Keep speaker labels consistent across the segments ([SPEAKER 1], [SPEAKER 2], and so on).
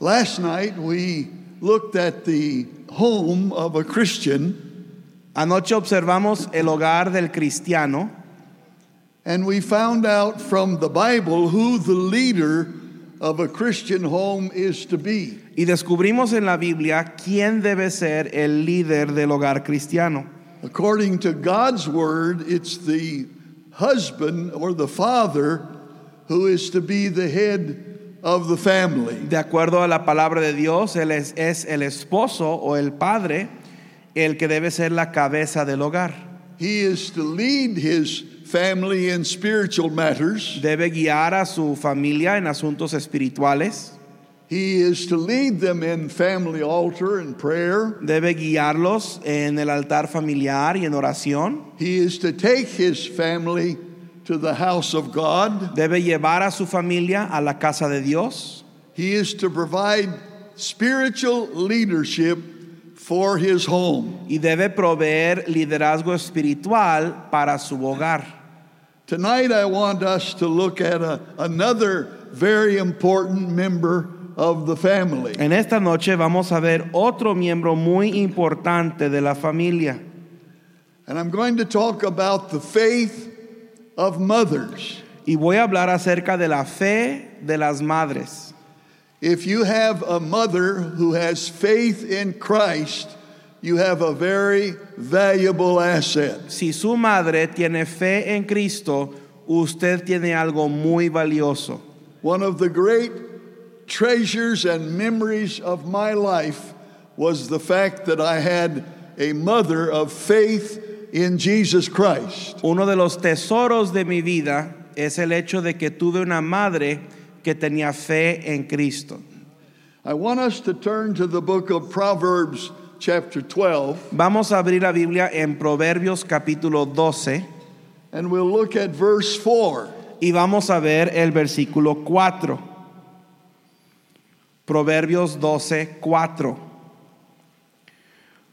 [SPEAKER 1] Last night we looked at the home of a Christian
[SPEAKER 2] Anoche observamos el hogar del cristiano
[SPEAKER 1] and we found out from the Bible who the leader of a Christian home is to be.
[SPEAKER 2] y descubrimos en la Biblia quién debe ser el líder del hogar cristiano.
[SPEAKER 1] According to God's word, it's the husband or the father who is to be the head of the family.
[SPEAKER 2] De acuerdo a la palabra de Dios, él es, es el esposo o el padre el que debe ser la cabeza del hogar.
[SPEAKER 1] He is to lead his family in spiritual matters,
[SPEAKER 2] Debe guiar a su familia en asuntos espirituales,
[SPEAKER 1] he is to lead them in family altar and prayer,
[SPEAKER 2] debe guiarlos en el altar familiar y en oración,
[SPEAKER 1] he is to take his family to the house of God,
[SPEAKER 2] debe llevar a su familia a la casa de Dios,
[SPEAKER 1] he is to provide spiritual leadership for his home.
[SPEAKER 2] y debe proveer liderazgo espiritual para su hogar.
[SPEAKER 1] Tonight, I want us to look at a, another very important member of the family.
[SPEAKER 2] En esta noche vamos a ver otro miembro muy importante de la familia
[SPEAKER 1] And I'm going to talk about the faith of mothers.
[SPEAKER 2] y voy a hablar acerca de la fe de las madres.
[SPEAKER 1] If you have a mother who has faith in Christ, you have a very valuable asset.
[SPEAKER 2] Si su madre tiene fe en Cristo, usted tiene algo muy valioso.
[SPEAKER 1] One of the great treasures and memories of my life was the fact that I had a mother of faith in Jesus Christ.
[SPEAKER 2] Uno de los tesoros de mi vida es el hecho de que tuve una madre que tenía fe en Cristo.
[SPEAKER 1] I want us to turn to the book of Proverbs, chapter 12,
[SPEAKER 2] Vamos a abrir la Biblia en Proverbios capítulo 12
[SPEAKER 1] and we'll look at verse 4.
[SPEAKER 2] y vamos a ver el versículo 4. Proverbios 12, 4.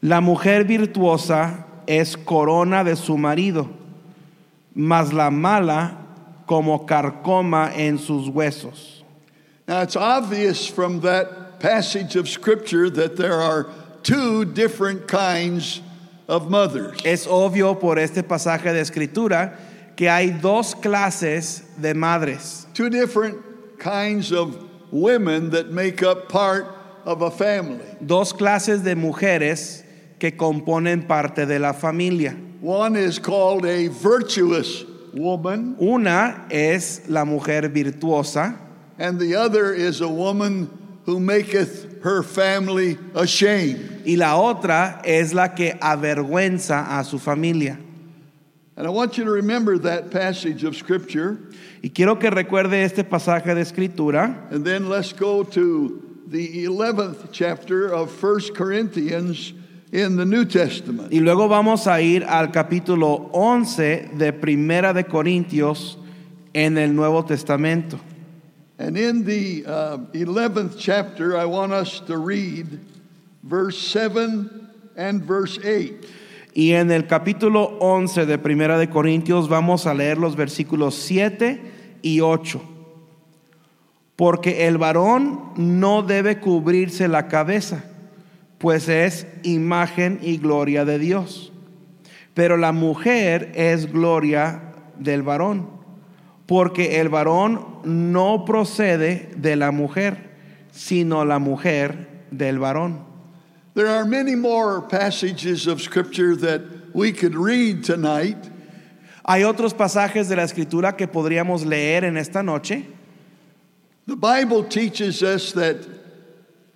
[SPEAKER 2] La mujer virtuosa es corona de su marido, mas la mala como carcoma en sus huesos.
[SPEAKER 1] Now, it's obvious from that passage of Scripture that there are two different kinds of mothers.
[SPEAKER 2] Es obvio por este pasaje de escritura que hay dos clases de madres,
[SPEAKER 1] Two different kinds of women that make up part of a family.
[SPEAKER 2] dos clases de mujeres que componen parte de la familia.
[SPEAKER 1] One is called a virtuous woman,
[SPEAKER 2] Una es la mujer virtuosa
[SPEAKER 1] and the other is a woman who maketh her family ashamed.
[SPEAKER 2] y la otra es la que avergüenza a su familia.
[SPEAKER 1] And I want you to remember that passage of Scripture,
[SPEAKER 2] Y quiero que recuerde este pasaje de escritura
[SPEAKER 1] and then let's go to the 11th chapter of First Corinthians in the New Testament.
[SPEAKER 2] y luego vamos a ir al capítulo 11 de Primera de Corintios en el Nuevo Testamento.
[SPEAKER 1] And in the uh, 11th chapter, I want us to read verse 7 and verse 8.
[SPEAKER 2] Y en el capítulo 11 de Primera de Corintios vamos a leer los versículos 7 y 8. Porque el varón no debe cubrirse la cabeza, pues es imagen y gloria de Dios. Pero la mujer es gloria del varón, porque el varón no procede de la mujer, sino la mujer del varón.
[SPEAKER 1] There are many more passages of Scripture that we could read tonight,
[SPEAKER 2] Hay otros pasajes de la escritura que podríamos leer en esta noche.
[SPEAKER 1] The Bible teaches us that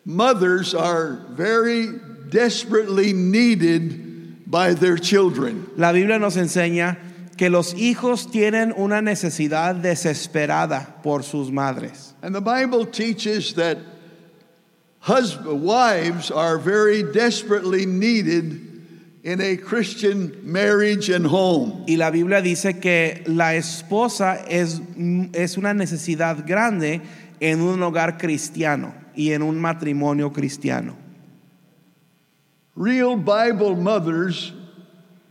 [SPEAKER 1] mothers are very desperately needed by their children.
[SPEAKER 2] La Biblia nos enseña que los hijos tienen una necesidad desesperada por sus madres.
[SPEAKER 1] And the Bible teaches that husband, wives are very desperately needed in a Christian marriage and home.
[SPEAKER 2] Y la Biblia dice que la esposa es, es una necesidad grande en un hogar cristiano y en un matrimonio cristiano.
[SPEAKER 1] Real Bible mothers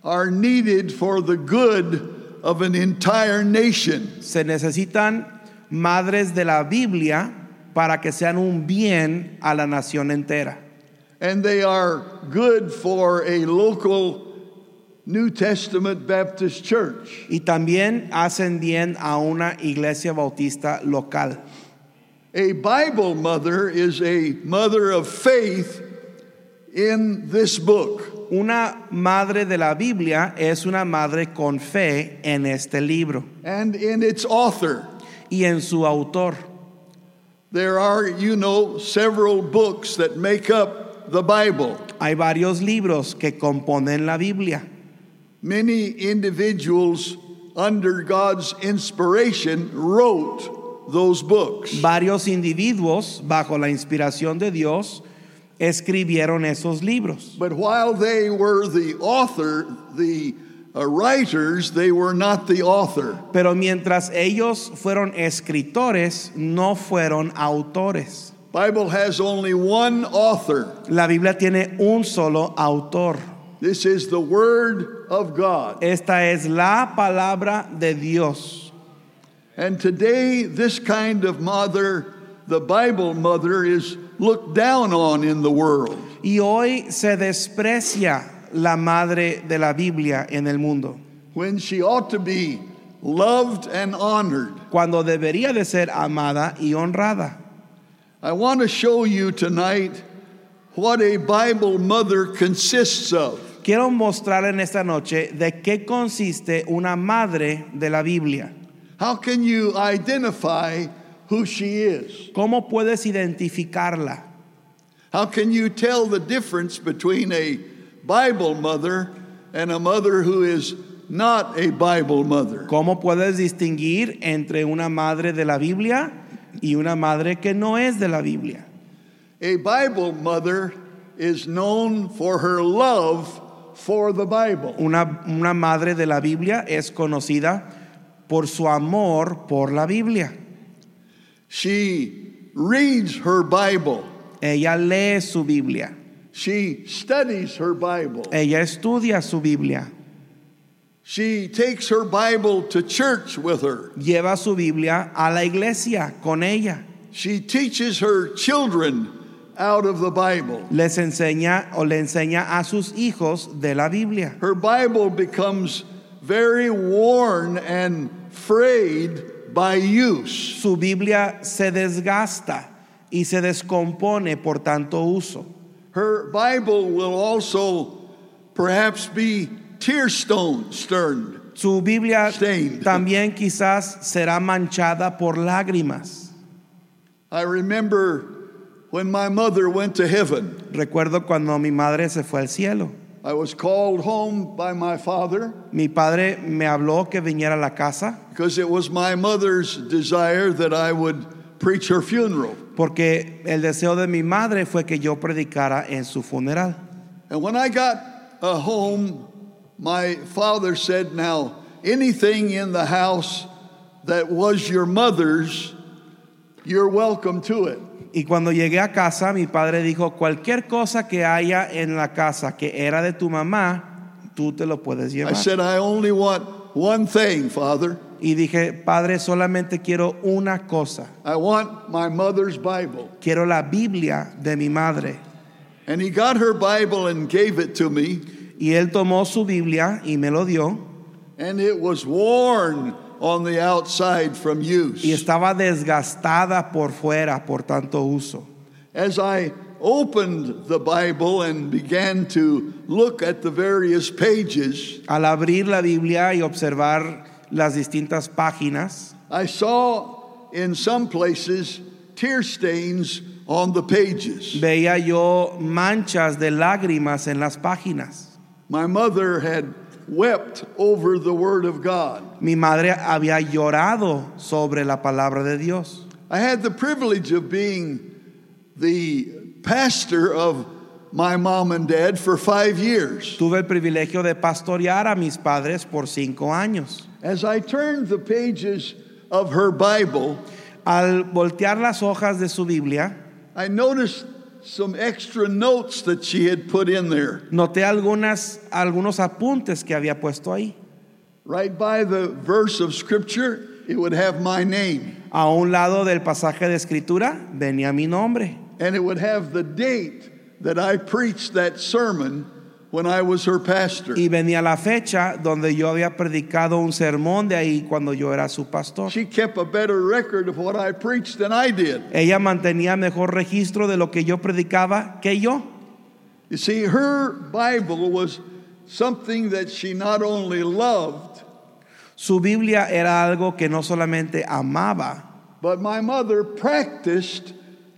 [SPEAKER 1] are needed for the good of an entire nation.
[SPEAKER 2] Se necesitan madres de la Biblia para que sean un bien a la nación entera.
[SPEAKER 1] and they are good for a local New Testament Baptist church.
[SPEAKER 2] Y también hacen bien a una iglesia bautista local.
[SPEAKER 1] A Bible mother is a mother of faith in this book.
[SPEAKER 2] Una madre de la Biblia es una madre con fe en este libro
[SPEAKER 1] And in its author,
[SPEAKER 2] y en su autor.
[SPEAKER 1] there are, you know, several books that make up the Bible.
[SPEAKER 2] Hay varios libros que componen la Biblia.
[SPEAKER 1] Many individuals under God's inspiration wrote those books.
[SPEAKER 2] Varios individuos, bajo la inspiración de Dios, escribieron esos libros.
[SPEAKER 1] But while they were the author, the uh, writers, they were not the author.
[SPEAKER 2] Pero mientras ellos fueron escritores, no fueron autores.
[SPEAKER 1] Bible has only one author.
[SPEAKER 2] La Biblia tiene un solo autor.
[SPEAKER 1] This is the word of God.
[SPEAKER 2] Esta es la palabra de Dios.
[SPEAKER 1] And today this kind of mother, the Bible mother is looked down on in the world.
[SPEAKER 2] Y hoy se desprecia la madre de la Biblia en el mundo,
[SPEAKER 1] When she ought to be loved and honored.
[SPEAKER 2] cuando debería de ser amada y honrada.
[SPEAKER 1] I want to show you tonight what a Bible mother consists of.
[SPEAKER 2] Quiero mostrar en esta noche de qué consiste una madre de la Biblia.
[SPEAKER 1] How can you identify who she is?
[SPEAKER 2] ¿Cómo puedes identificarla?
[SPEAKER 1] How can you tell the difference between a Bible mother and a mother who is not a Bible mother?
[SPEAKER 2] ¿Cómo puedes distinguir entre una madre de la Biblia y una madre que no es de la Biblia?
[SPEAKER 1] A Bible mother is known for her love for the Bible.
[SPEAKER 2] Una, una madre de la Biblia es conocida por su amor por la Biblia.
[SPEAKER 1] She reads her Bible,
[SPEAKER 2] Ella lee su Biblia.
[SPEAKER 1] she studies her Bible,
[SPEAKER 2] Ella estudia su Biblia.
[SPEAKER 1] she takes her Bible to church with her,
[SPEAKER 2] Lleva su Biblia a la iglesia con ella.
[SPEAKER 1] she teaches her children out of the Bible.
[SPEAKER 2] Les enseña o le enseña a sus hijos de la Biblia.
[SPEAKER 1] her Bible becomes very worn and frayed by use.
[SPEAKER 2] Su Biblia se desgasta y se descompone por tanto uso.
[SPEAKER 1] Her Bible will also perhaps be tear stone sterned.
[SPEAKER 2] Su Biblia
[SPEAKER 1] Stained.
[SPEAKER 2] también quizás será manchada por lágrimas.
[SPEAKER 1] I remember when my mother went to heaven,
[SPEAKER 2] Recuerdo cuando mi madre se fue al cielo.
[SPEAKER 1] I was called home by my father
[SPEAKER 2] Mi padre me habló que viniera a la casa
[SPEAKER 1] because it was my mother's desire that I would preach her funeral.
[SPEAKER 2] porque el deseo de mi madre fue que yo predicara en su funeral.
[SPEAKER 1] And when I got uh, home, my father said, Now, anything in the house that was your mother's, you're welcome to it.
[SPEAKER 2] Y cuando llegué a casa, mi padre dijo, cualquier cosa que haya en la casa que era de tu mamá, tú te lo puedes
[SPEAKER 1] I
[SPEAKER 2] llevar.
[SPEAKER 1] said, I only want one thing, Father.
[SPEAKER 2] Y dije, padre, solamente quiero una cosa.
[SPEAKER 1] I want my mother's Bible.
[SPEAKER 2] Quiero la Biblia de mi madre.
[SPEAKER 1] And he got her Bible and gave it to me,
[SPEAKER 2] Y él tomó su Biblia y me lo dio.
[SPEAKER 1] and it was worn on the outside from
[SPEAKER 2] Y
[SPEAKER 1] use.
[SPEAKER 2] estaba desgastada por fuera por tanto uso.
[SPEAKER 1] As I opened the Bible and began to look at the various pages,
[SPEAKER 2] Al abrir la Biblia y observar las distintas páginas,
[SPEAKER 1] I saw in some places tear stains on the pages.
[SPEAKER 2] veía yo manchas de lágrimas en las páginas.
[SPEAKER 1] My mother had wept over the Word of God.
[SPEAKER 2] Mi madre había llorado sobre la palabra de Dios.
[SPEAKER 1] I had the privilege of being the pastor of my mom and dad for five years.
[SPEAKER 2] Tuve el privilegio de pastorear a mis padres por cinco años.
[SPEAKER 1] As I turned the pages of her Bible,
[SPEAKER 2] Al voltear las hojas de su Biblia,
[SPEAKER 1] I noticed some extra notes that she had put in there.
[SPEAKER 2] noté algunas, algunos apuntes que había puesto ahí.
[SPEAKER 1] Right by the verse of Scripture, it would have my name.
[SPEAKER 2] a un lado del pasaje de escritura venía mi nombre.
[SPEAKER 1] and it would have the date that I preached that sermon when I was her pastor.
[SPEAKER 2] Y venía la fecha donde yo había predicado un sermón de ahí cuando yo era su pastor.
[SPEAKER 1] She kept a better record of what I preached than I did.
[SPEAKER 2] Ella mantenía mejor registro de lo que yo predicaba que yo.
[SPEAKER 1] You see, her Bible was something that she not only loved,
[SPEAKER 2] Su Biblia era algo que no solamente amaba,
[SPEAKER 1] but my mother practiced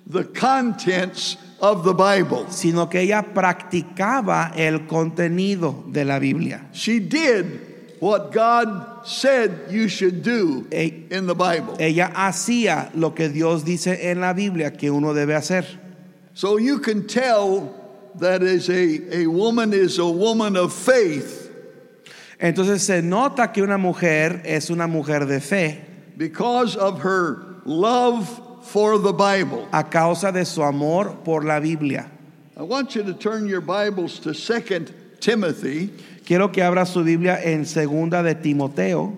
[SPEAKER 1] the contents of the Bible.
[SPEAKER 2] sino que ella practicaba el contenido de la Biblia.
[SPEAKER 1] She did what God said you should do
[SPEAKER 2] E-
[SPEAKER 1] in the Bible.
[SPEAKER 2] Ella hacía lo que Dios dice en la Biblia que uno debe hacer.
[SPEAKER 1] So you can tell that is a, a woman is a woman of faith.
[SPEAKER 2] Entonces se nota que una mujer es una mujer de fe
[SPEAKER 1] because of her love for the Bible.
[SPEAKER 2] a causa de su amor por la Biblia.
[SPEAKER 1] I want you to turn your Bibles to 2 Timothy,
[SPEAKER 2] Quiero que abra su Biblia en segunda de Timoteo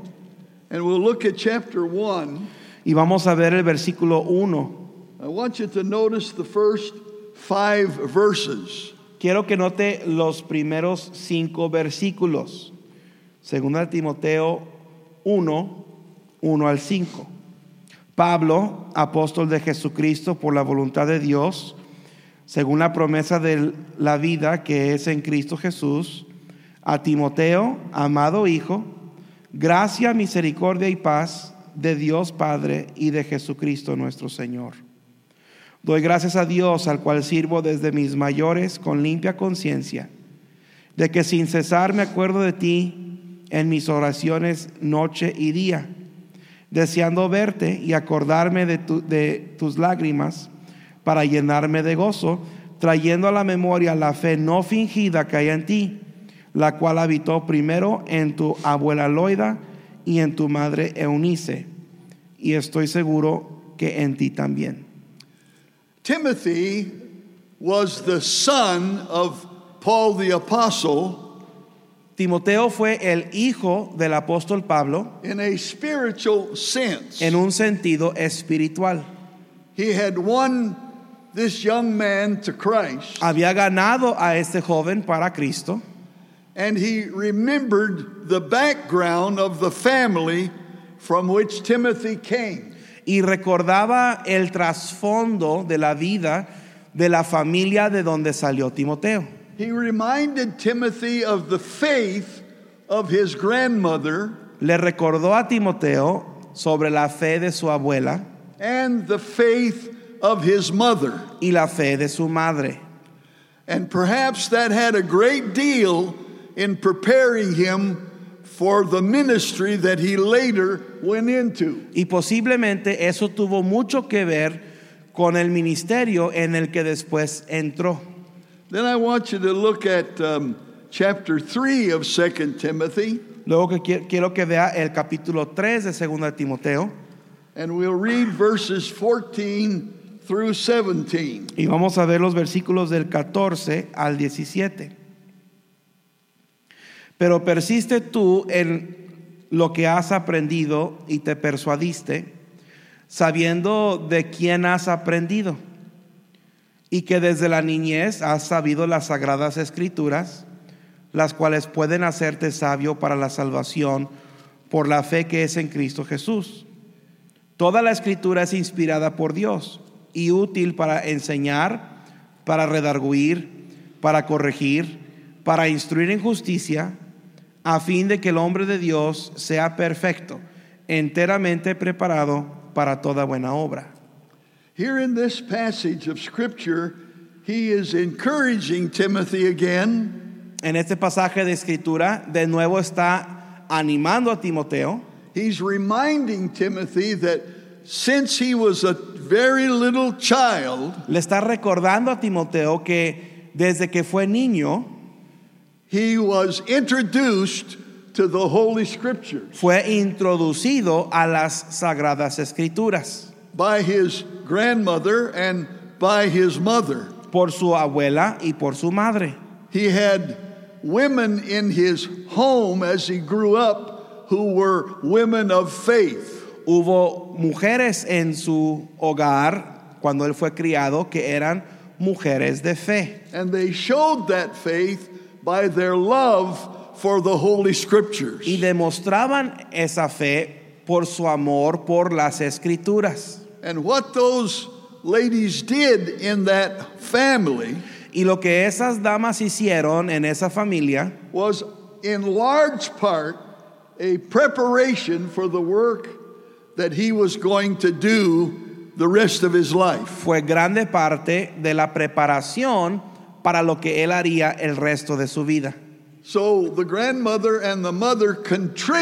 [SPEAKER 1] and we'll look at chapter 1.
[SPEAKER 2] y vamos a ver el versículo 1.
[SPEAKER 1] I want you to notice the first five verses.
[SPEAKER 2] Quiero que note los primeros cinco versículos. Segunda de Timoteo 1, 1 al 5. Pablo, apóstol de Jesucristo por la voluntad de Dios, según la promesa de la vida que es en Cristo Jesús, a Timoteo, amado Hijo, gracia, misericordia y paz de Dios Padre y de Jesucristo nuestro Señor. Doy gracias a Dios al cual sirvo desde mis mayores con limpia conciencia, de que sin cesar me acuerdo de ti en mis oraciones noche y día, deseando verte y acordarme de, tu- de tus lágrimas para llenarme de gozo, trayendo a la memoria la fe no fingida que hay en ti, la cual habitó primero en tu abuela Loida y en tu madre Eunice, y estoy seguro que en ti también.
[SPEAKER 1] Timothy was the son of Paul the Apostle
[SPEAKER 2] Timoteo fue el hijo del apóstol Pablo
[SPEAKER 1] in a spiritual sense.
[SPEAKER 2] en un sentido espiritual.
[SPEAKER 1] he had won this young man to Christ.
[SPEAKER 2] Había ganado a este joven para Cristo
[SPEAKER 1] And he remembered the background of the family from which Timothy came.
[SPEAKER 2] y recordaba el trasfondo de la vida de la familia de donde salió Timoteo.
[SPEAKER 1] He reminded Timothy of the faith of his grandmother
[SPEAKER 2] Le recordó a Timoteo sobre la fe de su abuela
[SPEAKER 1] and the faith of his mother.
[SPEAKER 2] y la fe de su madre.
[SPEAKER 1] And perhaps that had a great deal in preparing him for the ministry that he later went into.
[SPEAKER 2] Y posiblemente eso tuvo mucho que ver con el ministerio en el que después entró.
[SPEAKER 1] Then I want you to look at um, chapter 3 of 2 Timothy.
[SPEAKER 2] Luego que qui- quiero que vea el capítulo 3 de 2 de Timoteo
[SPEAKER 1] And we'll read verses 14 through 17.
[SPEAKER 2] y vamos a ver los versículos del 14 al 17. Pero persiste tú en lo que has aprendido y te persuadiste, sabiendo de quién has aprendido y que desde la niñez has sabido las sagradas escrituras, las cuales pueden hacerte sabio para la salvación por la fe que es en Cristo Jesús. Toda la escritura es inspirada por Dios y útil para enseñar, para redarguir, para corregir, para instruir en justicia, a fin de que el hombre de Dios sea perfecto, enteramente preparado para toda buena obra.
[SPEAKER 1] Here in this passage of Scripture, he is encouraging Timothy again.
[SPEAKER 2] En este pasaje de escritura, de nuevo está animando a Timoteo
[SPEAKER 1] He's reminding Timothy that since he was a very little child,
[SPEAKER 2] le está recordando a Timoteo que desde que fue niño
[SPEAKER 1] he was introduced to the Holy Scripture
[SPEAKER 2] fue introducido a las sagradas escrituras
[SPEAKER 1] by his grandmother and by his mother.
[SPEAKER 2] por su abuela y por su madre.
[SPEAKER 1] He had women in his home as he grew up who were women of faith.
[SPEAKER 2] Hubo mujeres en su hogar cuando él fue criado que eran mujeres de fe.
[SPEAKER 1] And they showed that faith by their love for the Holy
[SPEAKER 2] y
[SPEAKER 1] Scriptures.
[SPEAKER 2] demostraban esa fe por su amor por las escrituras.
[SPEAKER 1] And what those ladies did in that family
[SPEAKER 2] Y lo que esas damas hicieron en esa familia
[SPEAKER 1] was in large part a preparation for the work that he was going to do the rest of his life.
[SPEAKER 2] fue grande parte de la preparación para lo que él haría el resto de su vida.
[SPEAKER 1] So the grandmother and the mother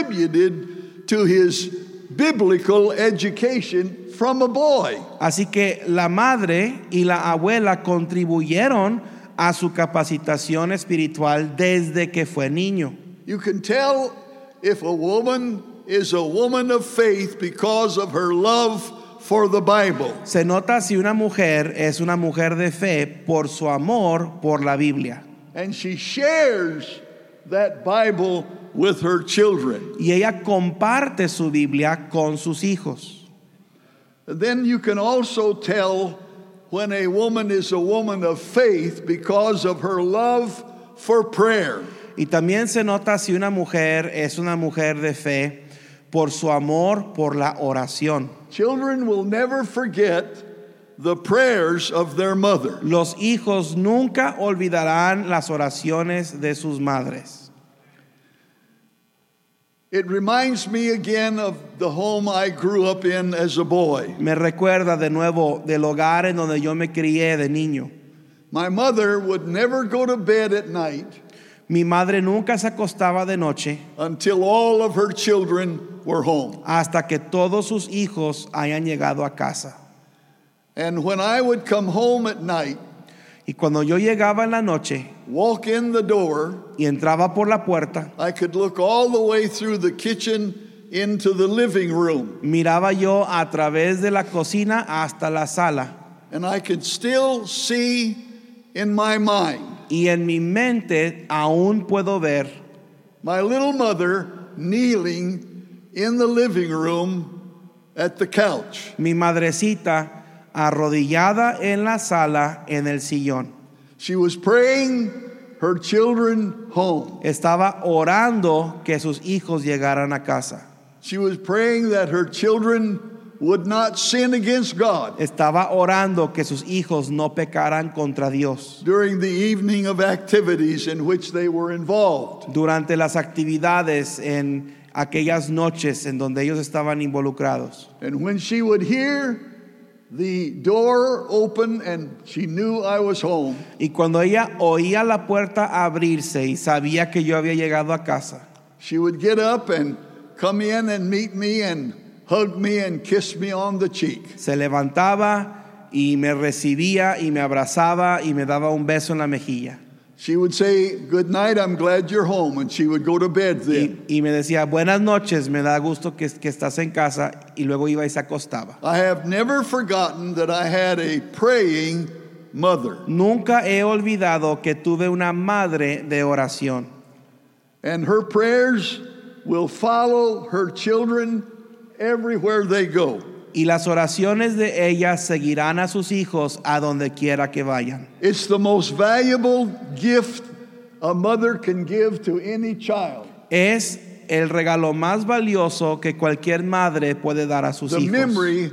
[SPEAKER 1] contributed to his biblical education from a boy.
[SPEAKER 2] Así que la madre y la abuela contribuyeron a su capacitación espiritual desde que fue niño.
[SPEAKER 1] You can tell if a woman is a woman of faith because of her love for the Bible.
[SPEAKER 2] Se nota si una mujer es una mujer de fe por su amor por la Biblia.
[SPEAKER 1] And she shares that Bible with her children.
[SPEAKER 2] y ella comparte su Biblia con sus hijos.
[SPEAKER 1] Then you can also tell when a woman is a woman of faith because of her love for prayer.
[SPEAKER 2] Y también se nota si una mujer es una mujer de fe por su amor por la oración.
[SPEAKER 1] Children will never forget the prayers of their mother.
[SPEAKER 2] Los hijos nunca olvidarán las oraciones de sus madres.
[SPEAKER 1] It reminds me again of the home I grew up in as a boy.
[SPEAKER 2] Me recuerda de nuevo del hogar en donde yo me crié de niño.
[SPEAKER 1] My mother would never go to bed at night
[SPEAKER 2] Mi madre nunca se acostaba de noche
[SPEAKER 1] until all of her children were home.
[SPEAKER 2] hasta que todos sus hijos hayan llegado a casa.
[SPEAKER 1] And when I would come home at night,
[SPEAKER 2] Y cuando yo llegaba en la noche
[SPEAKER 1] walk in the door,
[SPEAKER 2] y entraba por la puerta,
[SPEAKER 1] I could look all the way through the kitchen into the living room,
[SPEAKER 2] miraba yo a través de la cocina hasta la sala
[SPEAKER 1] and I could still see in my mind
[SPEAKER 2] y en mi mente aún puedo ver
[SPEAKER 1] my little mother kneeling in the living room at the couch.
[SPEAKER 2] mi madrecita arrodillada en la sala en el sillón.
[SPEAKER 1] She was praying her children home.
[SPEAKER 2] Estaba orando que sus hijos llegaran a casa.
[SPEAKER 1] She was praying that her children would not sin against God
[SPEAKER 2] Estaba orando que sus hijos no pecaran contra Dios
[SPEAKER 1] during the evening of activities in which they were involved.
[SPEAKER 2] durante las actividades en aquellas noches en donde ellos estaban involucrados.
[SPEAKER 1] And when she would hear the door open and she knew I was home,
[SPEAKER 2] Y cuando ella oía la puerta abrirse y sabía que yo había llegado a casa,
[SPEAKER 1] she would get up and come in and meet me and hug me and kiss me on the cheek.
[SPEAKER 2] se levantaba y me recibía y me abrazaba y me daba un beso en la mejilla.
[SPEAKER 1] She would say, Good night, I'm glad you're home. And she would go to bed then.
[SPEAKER 2] Y, y me decía, buenas noches, me da gusto que, que estás en casa. Y luego iba y se acostaba.
[SPEAKER 1] I have never forgotten that I had a praying mother.
[SPEAKER 2] Nunca he olvidado que tuve una madre de oración.
[SPEAKER 1] And her prayers will follow her children everywhere they go.
[SPEAKER 2] Y las oraciones de ella seguirán a sus hijos a donde quiera que vayan.
[SPEAKER 1] It's the most valuable gift a mother can give to any child.
[SPEAKER 2] Es el regalo más valioso que cualquier madre puede dar a sus
[SPEAKER 1] The
[SPEAKER 2] hijos.
[SPEAKER 1] memory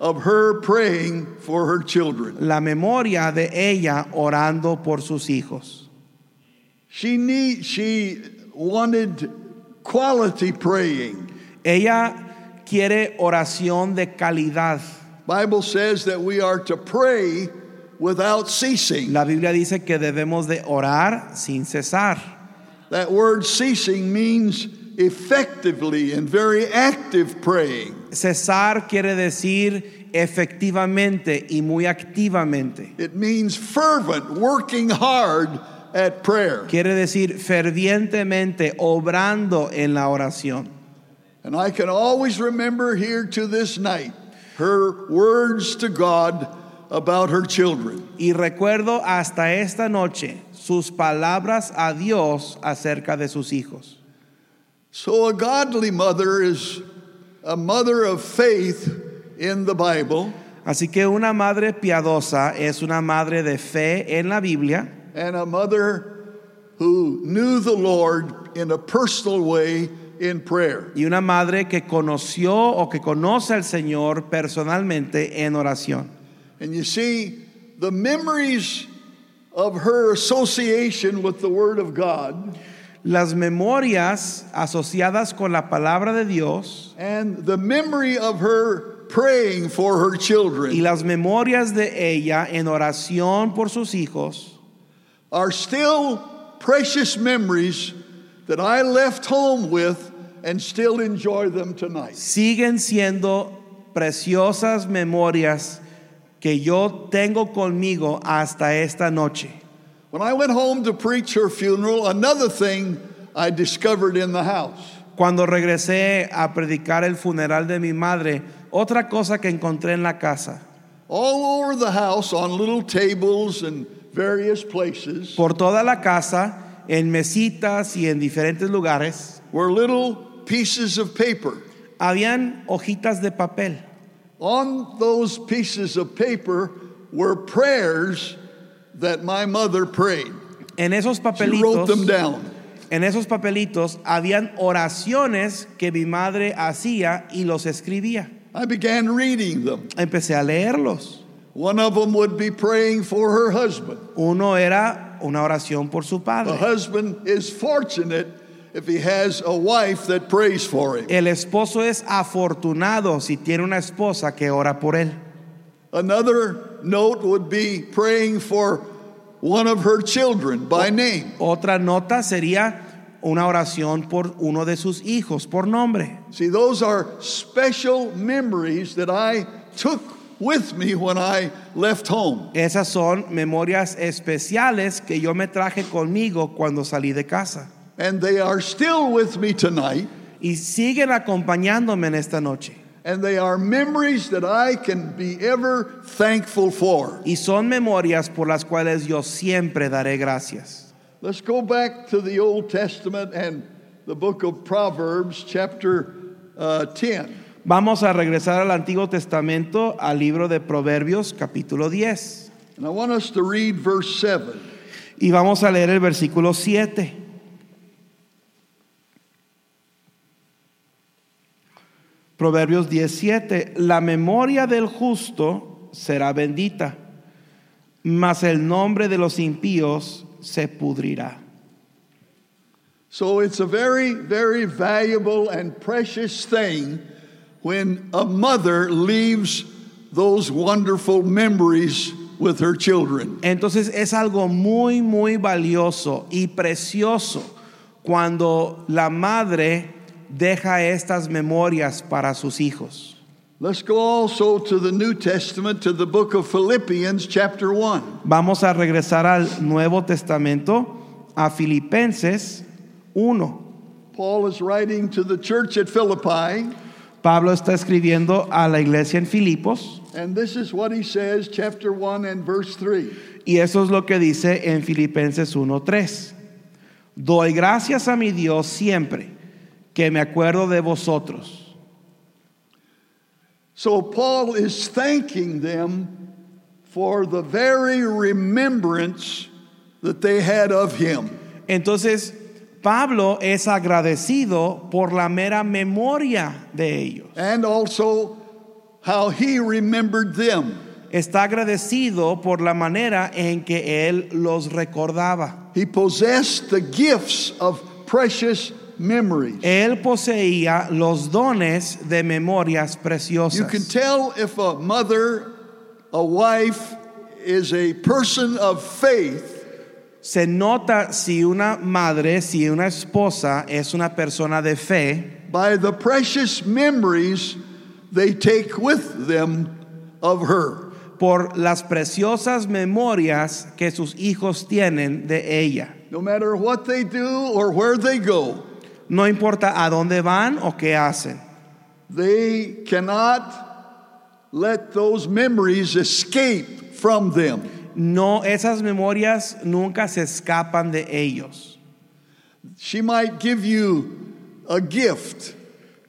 [SPEAKER 1] of her praying for her children.
[SPEAKER 2] La memoria de ella orando por sus hijos.
[SPEAKER 1] She need she wanted quality praying.
[SPEAKER 2] Ella quiere oración de calidad.
[SPEAKER 1] Bible says that we are to pray without ceasing.
[SPEAKER 2] La Biblia dice que debemos de orar sin cesar.
[SPEAKER 1] That word ceasing means effectively and very active praying.
[SPEAKER 2] Cesar quiere decir efectivamente y muy activamente.
[SPEAKER 1] It means fervent, working hard at prayer.
[SPEAKER 2] Quiere decir fervientemente, obrando en la oración.
[SPEAKER 1] And I can always remember here to this night her words to God about her children.
[SPEAKER 2] Y recuerdo hasta esta noche sus palabras a Dios acerca de sus hijos.
[SPEAKER 1] So a godly mother is a mother of faith in the Bible,
[SPEAKER 2] Así que una madre piadosa es una madre de fe en la Biblia
[SPEAKER 1] and a mother who knew the Lord in a personal way in prayer.
[SPEAKER 2] y una madre que conoció o que conoce al Señor personalmente en oración.
[SPEAKER 1] And you see, the memories of her association with the Word of God
[SPEAKER 2] Las memorias asociadas con la palabra de Dios
[SPEAKER 1] and the memory of her praying for her
[SPEAKER 2] y
[SPEAKER 1] children
[SPEAKER 2] las memorias de ella en oración por sus hijos
[SPEAKER 1] are still precious memories that I left home with and still enjoy them tonight.
[SPEAKER 2] siguen siendo preciosas memorias que yo tengo conmigo hasta esta noche.
[SPEAKER 1] When I went home to preach her funeral, another thing I discovered in the house
[SPEAKER 2] Cuando regresé a predicar el funeral de mi madre, otra cosa que encontré en la casa,
[SPEAKER 1] all over the house on little tables and various places
[SPEAKER 2] por toda la casa, en mesitas y en diferentes lugares,
[SPEAKER 1] were little pieces of paper.
[SPEAKER 2] habían hojitas de papel.
[SPEAKER 1] On those pieces of paper were prayers that my mother prayed.
[SPEAKER 2] En esos
[SPEAKER 1] She wrote them
[SPEAKER 2] papelitos,
[SPEAKER 1] down.
[SPEAKER 2] en esos papelitos habían oraciones que mi madre hacía y los escribía.
[SPEAKER 1] I began reading them.
[SPEAKER 2] Empecé a leerlos.
[SPEAKER 1] One of them would be praying for her husband.
[SPEAKER 2] Uno era una oración por su
[SPEAKER 1] The
[SPEAKER 2] padre.
[SPEAKER 1] husband is fortunate if he has a wife that prays for him.
[SPEAKER 2] El esposo es afortunado si tiene una esposa que ora por él.
[SPEAKER 1] Another note would be praying for one of her children by name.
[SPEAKER 2] Otra nota sería una oración por uno de sus hijos, por nombre.
[SPEAKER 1] See, those are special memories that I took with me when I left home.
[SPEAKER 2] Esas son memorias especiales que yo me traje conmigo cuando salí de casa.
[SPEAKER 1] And they are still with me tonight.
[SPEAKER 2] Y siguen acompañándome en esta noche.
[SPEAKER 1] And they are memories that I can be ever thankful for.
[SPEAKER 2] Y son memorias por las cuales yo siempre daré gracias.
[SPEAKER 1] Let's go back to the Old Testament and the book of Proverbs, chapter uh, 10.
[SPEAKER 2] Vamos a regresar al Antiguo Testamento, al libro de Proverbios capítulo 10.
[SPEAKER 1] And I want us to read verse 7.
[SPEAKER 2] Y vamos a leer el versículo 7. Proverbios 17. La memoria del justo será bendita, mas el nombre de los impíos se pudrirá.
[SPEAKER 1] So it's a very, very valuable and precious thing when a mother leaves those wonderful memories with her children.
[SPEAKER 2] Entonces es algo muy, muy valioso y precioso cuando la madre deja estas memorias para sus hijos.
[SPEAKER 1] Let's go also to the New Testament, to the book of Philippians, chapter 1.
[SPEAKER 2] Vamos a regresar al Nuevo Testamento, a Filipenses 1.
[SPEAKER 1] Paul is writing to the church at Philippi,
[SPEAKER 2] Pablo está escribiendo a la iglesia en Filipos
[SPEAKER 1] and this is what he says, chapter 1 and verse 3.
[SPEAKER 2] y eso es lo que dice en Filipenses 1.3. Doy gracias a mi Dios siempre que me acuerdo de vosotros.
[SPEAKER 1] So Paul is thanking them for the very remembrance that they had of him.
[SPEAKER 2] Entonces, Pablo es agradecido por la mera memoria de ellos.
[SPEAKER 1] and also how he remembered them.
[SPEAKER 2] Está agradecido por la manera en que él los recordaba.
[SPEAKER 1] He possessed the gifts of precious memories.
[SPEAKER 2] Él poseía los dones de memorias
[SPEAKER 1] You
[SPEAKER 2] preciosas.
[SPEAKER 1] can tell if a mother, a wife, is a person of faith
[SPEAKER 2] Se nota si una madre, si una esposa es una persona de fe
[SPEAKER 1] by the precious memories they take with them of her.
[SPEAKER 2] por las preciosas memorias que sus hijos tienen de ella.
[SPEAKER 1] No matter what they do or where they go,
[SPEAKER 2] No importa a dónde van o qué hacen.
[SPEAKER 1] they cannot let those memories escape from them.
[SPEAKER 2] No, esas memorias nunca se escapan de ellos.
[SPEAKER 1] She might give you a gift,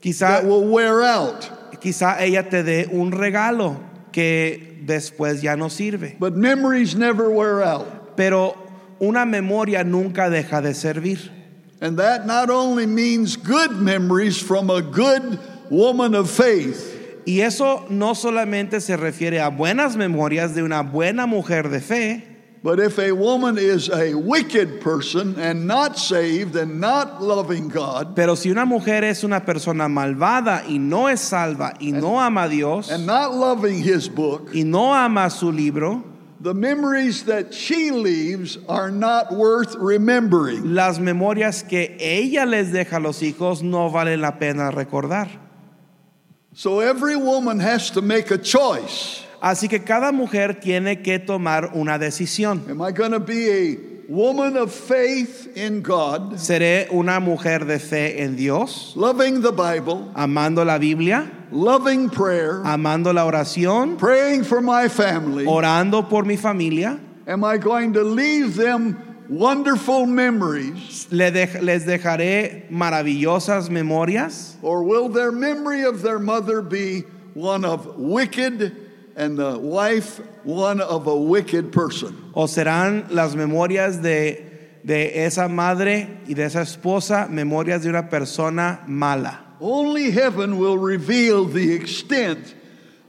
[SPEAKER 2] Quizá,
[SPEAKER 1] that will wear out.
[SPEAKER 2] quizá ella te dé un regalo que después ya no sirve.
[SPEAKER 1] But memories never wear out.
[SPEAKER 2] Pero una memoria nunca deja de servir.
[SPEAKER 1] And that not only means good memories from a good woman of faith,
[SPEAKER 2] Y eso no solamente se refiere a buenas memorias de una buena mujer de fe,
[SPEAKER 1] but if a woman is a wicked person and not saved and not loving God
[SPEAKER 2] pero si una mujer es una persona malvada y no es salva y no ama a Dios
[SPEAKER 1] and not loving his book,
[SPEAKER 2] y no ama su libro,
[SPEAKER 1] the memories that she leaves are not worth remembering.
[SPEAKER 2] las memorias que ella les deja a los hijos no vale la pena recordar.
[SPEAKER 1] So every woman has to make a choice.
[SPEAKER 2] Así que cada mujer tiene que tomar una decisión.
[SPEAKER 1] Am I going to be a woman of faith in God,
[SPEAKER 2] ¿Seré una mujer de fe en Dios,
[SPEAKER 1] loving the Bible,
[SPEAKER 2] amando la Biblia,
[SPEAKER 1] loving prayer,
[SPEAKER 2] amando la oración,
[SPEAKER 1] praying for my family?
[SPEAKER 2] orando por mi familia?
[SPEAKER 1] Am I going to leave them wonderful memories,
[SPEAKER 2] Le dej- les dejaré maravillosas memorias
[SPEAKER 1] or will their memory of their mother be one of wicked and the wife one of a wicked person?
[SPEAKER 2] o serán las memorias de, de esa madre y de esa esposa memorias de una persona mala.
[SPEAKER 1] Only heaven will reveal the extent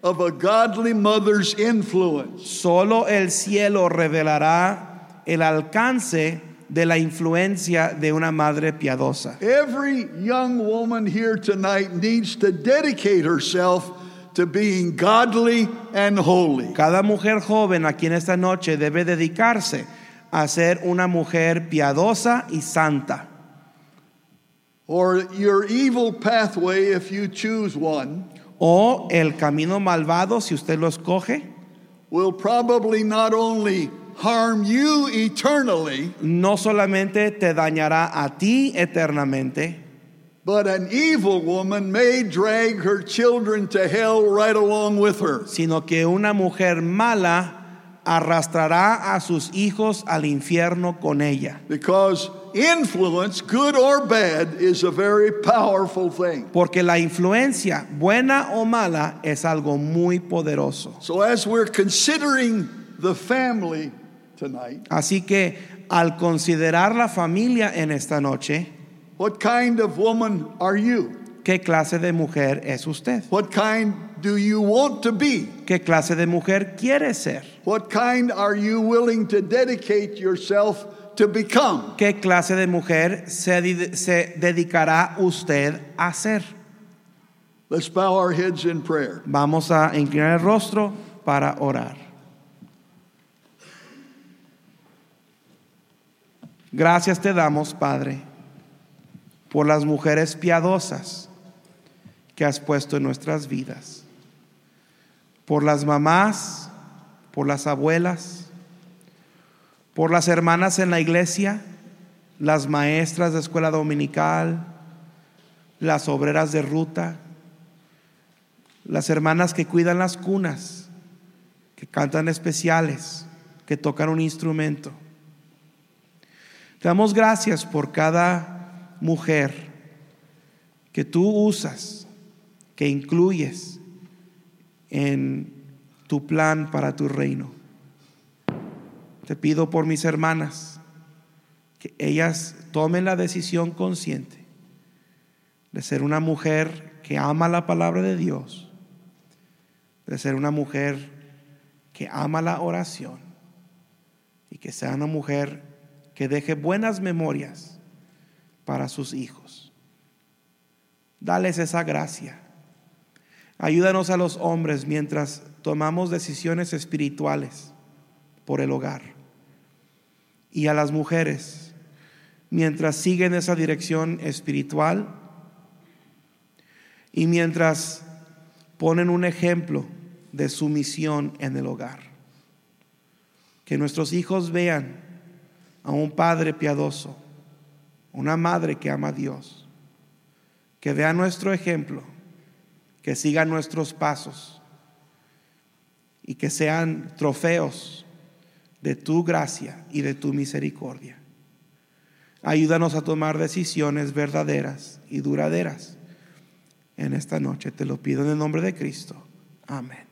[SPEAKER 1] of a godly mother's influence.
[SPEAKER 2] Solo el cielo revelará el alcance de la influencia de una madre piadosa.
[SPEAKER 1] Every young woman here tonight needs to dedicate herself to being godly and holy.
[SPEAKER 2] Cada mujer joven aquí en esta noche debe dedicarse a ser una mujer piadosa y santa.
[SPEAKER 1] Or your evil pathway, if you choose one,
[SPEAKER 2] O el camino malvado, si usted lo escoge,
[SPEAKER 1] will probably not only harm you eternally,
[SPEAKER 2] no solamente te dañará a ti eternamente,
[SPEAKER 1] but an evil woman may drag her children to hell right along with her.
[SPEAKER 2] sino que una mujer mala arrastrará a sus hijos al infierno con ella.
[SPEAKER 1] Because influence, good or bad, is a very powerful thing.
[SPEAKER 2] Porque la influencia, buena o mala, es algo muy poderoso.
[SPEAKER 1] So, as we're considering the family tonight,
[SPEAKER 2] Así que al considerar la familia en esta noche,
[SPEAKER 1] what kind of woman are you?
[SPEAKER 2] ¿qué clase de mujer es usted?
[SPEAKER 1] What kind do you want to be?
[SPEAKER 2] ¿Qué clase de mujer quiere ser?
[SPEAKER 1] What kind are you willing to dedicate yourself to become?
[SPEAKER 2] ¿Qué clase de mujer se, di- se dedicará usted a ser?
[SPEAKER 1] Let's bow our heads in prayer.
[SPEAKER 2] Vamos a inclinar el rostro para orar. Gracias te damos, Padre, por las mujeres piadosas que has puesto en nuestras vidas, por las mamás, por las abuelas, por las hermanas en la iglesia, las maestras de escuela dominical, las obreras de ruta, las hermanas que cuidan las cunas, que cantan especiales, que tocan un instrumento. Te damos gracias por cada mujer que tú usas, que incluyes en tu plan para tu reino. Te pido por mis hermanas que ellas tomen la decisión consciente de ser una mujer que ama la palabra de Dios de ser una mujer que ama la oración y que sea una mujer que deje buenas memorias para sus hijos. Dales esa gracia. Ayúdanos a los hombres mientras tomamos decisiones espirituales por el hogar. Y a las mujeres, mientras siguen esa dirección espiritual y mientras ponen un ejemplo de sumisión en el hogar. Que nuestros hijos vean a un padre piadoso, una madre que ama a Dios, que vean nuestro ejemplo, que sigan nuestros pasos y que sean trofeos de tu gracia y de tu misericordia. Ayúdanos a tomar decisiones verdaderas y duraderas en esta noche. Te lo pido en el nombre de Cristo. Amén.